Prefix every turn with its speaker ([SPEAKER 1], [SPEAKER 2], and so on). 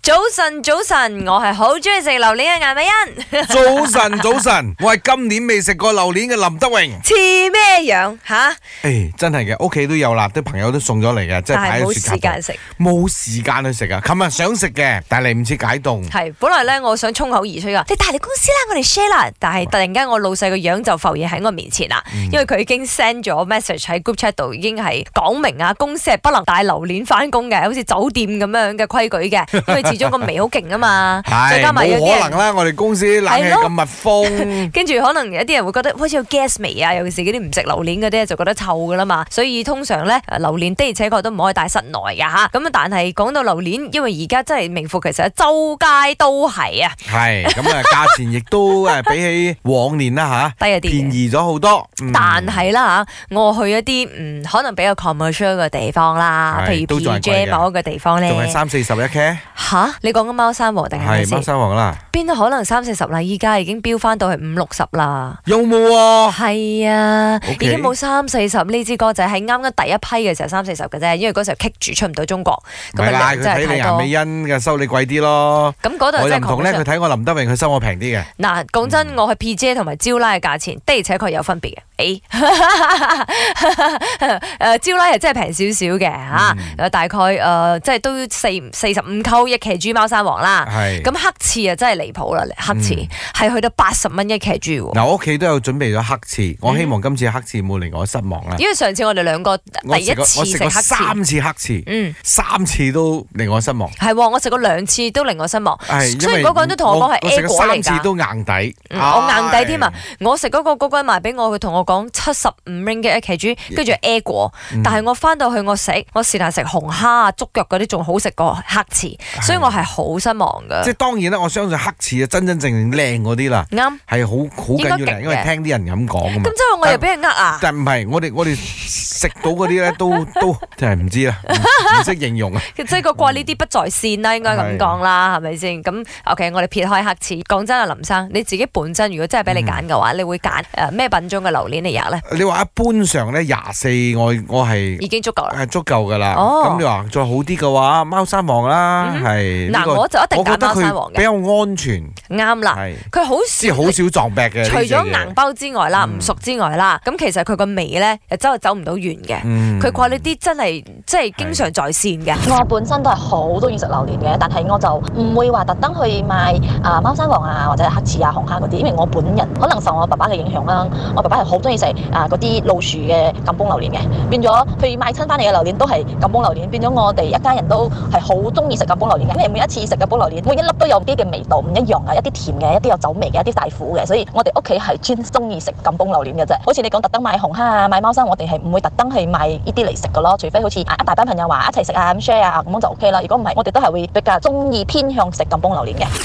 [SPEAKER 1] 早晨，早晨，我係好中意食榴蓮嘅顏美 欣。
[SPEAKER 2] 早晨，早晨，我係今年未食過榴蓮嘅林德榮。
[SPEAKER 1] 似咩樣吓？
[SPEAKER 2] 誒，真係嘅，屋企都有啦，啲朋友都送咗嚟嘅，即係
[SPEAKER 1] 但係
[SPEAKER 2] 擺喺
[SPEAKER 1] 冇
[SPEAKER 2] 雪
[SPEAKER 1] 時間
[SPEAKER 2] 櫃度。
[SPEAKER 1] 食。
[SPEAKER 2] 冇時間去食啊！琴日想食嘅，但係嚟唔切 解凍。，
[SPEAKER 1] 係，本來咧我想衝口而出噶，你帶嚟公司啦，我哋 share 啦。但係突然間我老細個樣就浮現喺我面前啦，因為佢已經 send 咗 message 喺 group chat 度，已經係講明啊，公司係不能帶榴蓮翻工嘅，好似酒店咁樣嘅規矩嘅，因為始終個味好勁啊嘛 再
[SPEAKER 2] 係
[SPEAKER 1] 加埋有啲
[SPEAKER 2] 冇可
[SPEAKER 1] 人
[SPEAKER 2] 能。啦！我哋公司冷氣
[SPEAKER 1] 係咯
[SPEAKER 2] 咁密 封，
[SPEAKER 1] 跟住可能有啲人會覺得好似有 gas 味啊，尤其是嗰啲唔食榴蓮嗰啲就覺得臭噶啦嘛，所以通常咧誒榴蓮的而且確都唔可以帶室內噶嚇。
[SPEAKER 2] 嗯
[SPEAKER 1] 咁但係講到榴蓮，因為而家真係名副其實，周街都係啊，
[SPEAKER 2] 係咁啊，價錢亦都誒比起往年啦
[SPEAKER 1] 低一
[SPEAKER 2] 吓，
[SPEAKER 1] 啲
[SPEAKER 2] 便
[SPEAKER 1] 嘅。
[SPEAKER 2] 宜咗好多。嗯
[SPEAKER 1] 但係啦嚇，我去一啲嗯可能比較 commercial 嘅地方啦，
[SPEAKER 2] 係
[SPEAKER 1] 譬
[SPEAKER 2] 都
[SPEAKER 1] 如
[SPEAKER 2] 仲係貴
[SPEAKER 1] PJ
[SPEAKER 2] 嘅
[SPEAKER 1] 某一個地方
[SPEAKER 2] 仲係
[SPEAKER 1] 咧，
[SPEAKER 2] 三四十一 K，
[SPEAKER 1] 吓？你講緊貓山王定係咩
[SPEAKER 2] 係貓
[SPEAKER 1] 先？
[SPEAKER 2] 山王啦，
[SPEAKER 1] 邊度可能三四十啦？依家已經飆翻到去五六十啦。
[SPEAKER 2] 有冇啊？
[SPEAKER 1] 系啊
[SPEAKER 2] OK
[SPEAKER 1] 已經冇三四十呢支歌仔，係啱啱第一批嘅時候三四十嘅啫，因為嗰時候棘住出唔到中國，
[SPEAKER 2] 唔
[SPEAKER 1] 咁
[SPEAKER 2] 係
[SPEAKER 1] 啊
[SPEAKER 2] 啦，
[SPEAKER 1] 量
[SPEAKER 2] 佢
[SPEAKER 1] 真係
[SPEAKER 2] 睇你
[SPEAKER 1] 太
[SPEAKER 2] 顏
[SPEAKER 1] 多
[SPEAKER 2] 美。欣嘅收你貴啲咯。
[SPEAKER 1] 咁嗰度
[SPEAKER 2] 我又
[SPEAKER 1] 真係
[SPEAKER 2] 唔同咧，佢
[SPEAKER 1] 窮
[SPEAKER 2] 嗯睇我林德榮，佢收我平啲嘅。
[SPEAKER 1] 嗱，講真，我去 PJ 同埋招拉嘅價錢的而且確有分別嘅。誒、 誒招拉係真係平少少嘅嚇，
[SPEAKER 2] 嗯
[SPEAKER 1] 誒大概誒、即係都四四十五溝一騎豬貓山王啦。
[SPEAKER 2] 係嗯
[SPEAKER 1] 咁黑翅啊真係離譜啦，黑翅係去到八十蚊一騎豬喎。
[SPEAKER 2] 嗱，我屋企都有準備咗黑翅，
[SPEAKER 1] 嗯
[SPEAKER 2] 我希望今次黑翅冇令我失望啦。
[SPEAKER 1] 因為上次我哋兩個
[SPEAKER 2] 我
[SPEAKER 1] 第一
[SPEAKER 2] 食過
[SPEAKER 1] 次
[SPEAKER 2] 我食
[SPEAKER 1] 食
[SPEAKER 2] 過
[SPEAKER 1] 黑翅，
[SPEAKER 2] 三次黑翅，
[SPEAKER 1] 嗯。
[SPEAKER 2] 三次都令我失望。
[SPEAKER 1] 係喎，我食過兩次都令我失望。
[SPEAKER 2] 係因
[SPEAKER 1] 雖
[SPEAKER 2] 為
[SPEAKER 1] 然嗰個人都同我講係
[SPEAKER 2] 我食
[SPEAKER 1] A
[SPEAKER 2] 過
[SPEAKER 1] 果嚟
[SPEAKER 2] 三次
[SPEAKER 1] 㗎，
[SPEAKER 2] 都硬底，
[SPEAKER 1] 嗯我硬底添啊！我食嗰個嗰個人賣俾我，佢同我講七十五 ring 嘅一騎豬，跟住 A 果。
[SPEAKER 2] 嗯
[SPEAKER 1] 但係我翻到去我食，我是但食紅蝦啊、竹腳嗰啲仲好食過黑翅，
[SPEAKER 2] 唉
[SPEAKER 1] 所以我係好失望
[SPEAKER 2] 唉即
[SPEAKER 1] 㗎。
[SPEAKER 2] 係當然啦，我相信黑翅啊，真真正正靚嗰啲啦，
[SPEAKER 1] 啱，
[SPEAKER 2] 係好好緊要
[SPEAKER 1] 應該勁
[SPEAKER 2] 靚，
[SPEAKER 1] 嘅
[SPEAKER 2] 因為聽啲人咁講啊
[SPEAKER 1] 咁
[SPEAKER 2] 嘛
[SPEAKER 1] 即。係我又俾人呃啊！
[SPEAKER 2] 但唔係，我哋我哋食到嗰啲咧， 都都真係唔知啦，唔唔識形容啊。
[SPEAKER 1] 即係個掛呢啲不在線啦，應該咁講啦，係咪先？咁 OK，我哋撇開黑翅，講真啊，林生，你自己本身如果真係俾
[SPEAKER 2] 嗯
[SPEAKER 1] 你揀嘅話，你會揀誒咩品種嘅榴蓮嚟入咧？
[SPEAKER 2] 你話一般上咧，廿四我我係
[SPEAKER 1] 已經足夠啦。
[SPEAKER 2] 係足夠噶啦。
[SPEAKER 1] 哦
[SPEAKER 2] 咁你話再好啲嘅話，貓山王啦，
[SPEAKER 1] 嗯
[SPEAKER 2] 係呢
[SPEAKER 1] 嗱，
[SPEAKER 2] 個
[SPEAKER 1] 我就一定
[SPEAKER 2] 我覺
[SPEAKER 1] 揀
[SPEAKER 2] 得
[SPEAKER 1] 貓山王
[SPEAKER 2] 佢
[SPEAKER 1] 嘅，
[SPEAKER 2] 比較安全，
[SPEAKER 1] 啱啦。
[SPEAKER 2] 係
[SPEAKER 1] 佢好
[SPEAKER 2] 即係好少撞壁嘅。
[SPEAKER 1] 除咗硬包之外啦，
[SPEAKER 2] 嗯
[SPEAKER 1] 唔熟之外啦，咁其實佢個味咧，又真係走唔到遠嘅。
[SPEAKER 2] 嗯
[SPEAKER 1] 佢掛呢啲真係即係經常在線嘅。
[SPEAKER 3] 我本身都係好中意食榴蓮嘅，但係我就唔會話特登去買啊貓山王啊或者黑翅啊紅蝦嗰啲，因為我本人可能受我爸爸嘅影響啦，我爸爸係好中意食啊嗰啲老樹嘅金崩榴蓮嘅，變咗佢買親翻嚟嘅榴蓮都係金崩榴蓮，變咗我哋一家人都係好中意食金崩榴蓮嘅，因為每一次食金崩榴蓮，每一粒都有啲嘅味道唔一樣啊，一啲甜嘅，一啲有酒味嘅，一啲大苦嘅，所以我哋屋企係專中意食金崩榴蓮嘅啫。好似你講特登買紅蝦啊，買貓山，我哋係唔會特登去買呢啲嚟食嘅咯，除非好似啊一大班朋友話一齊食啊咁 share 啊咁樣就 OK 啦。如果唔係，我哋都係會比較中意偏向食金崩榴蓮嘅。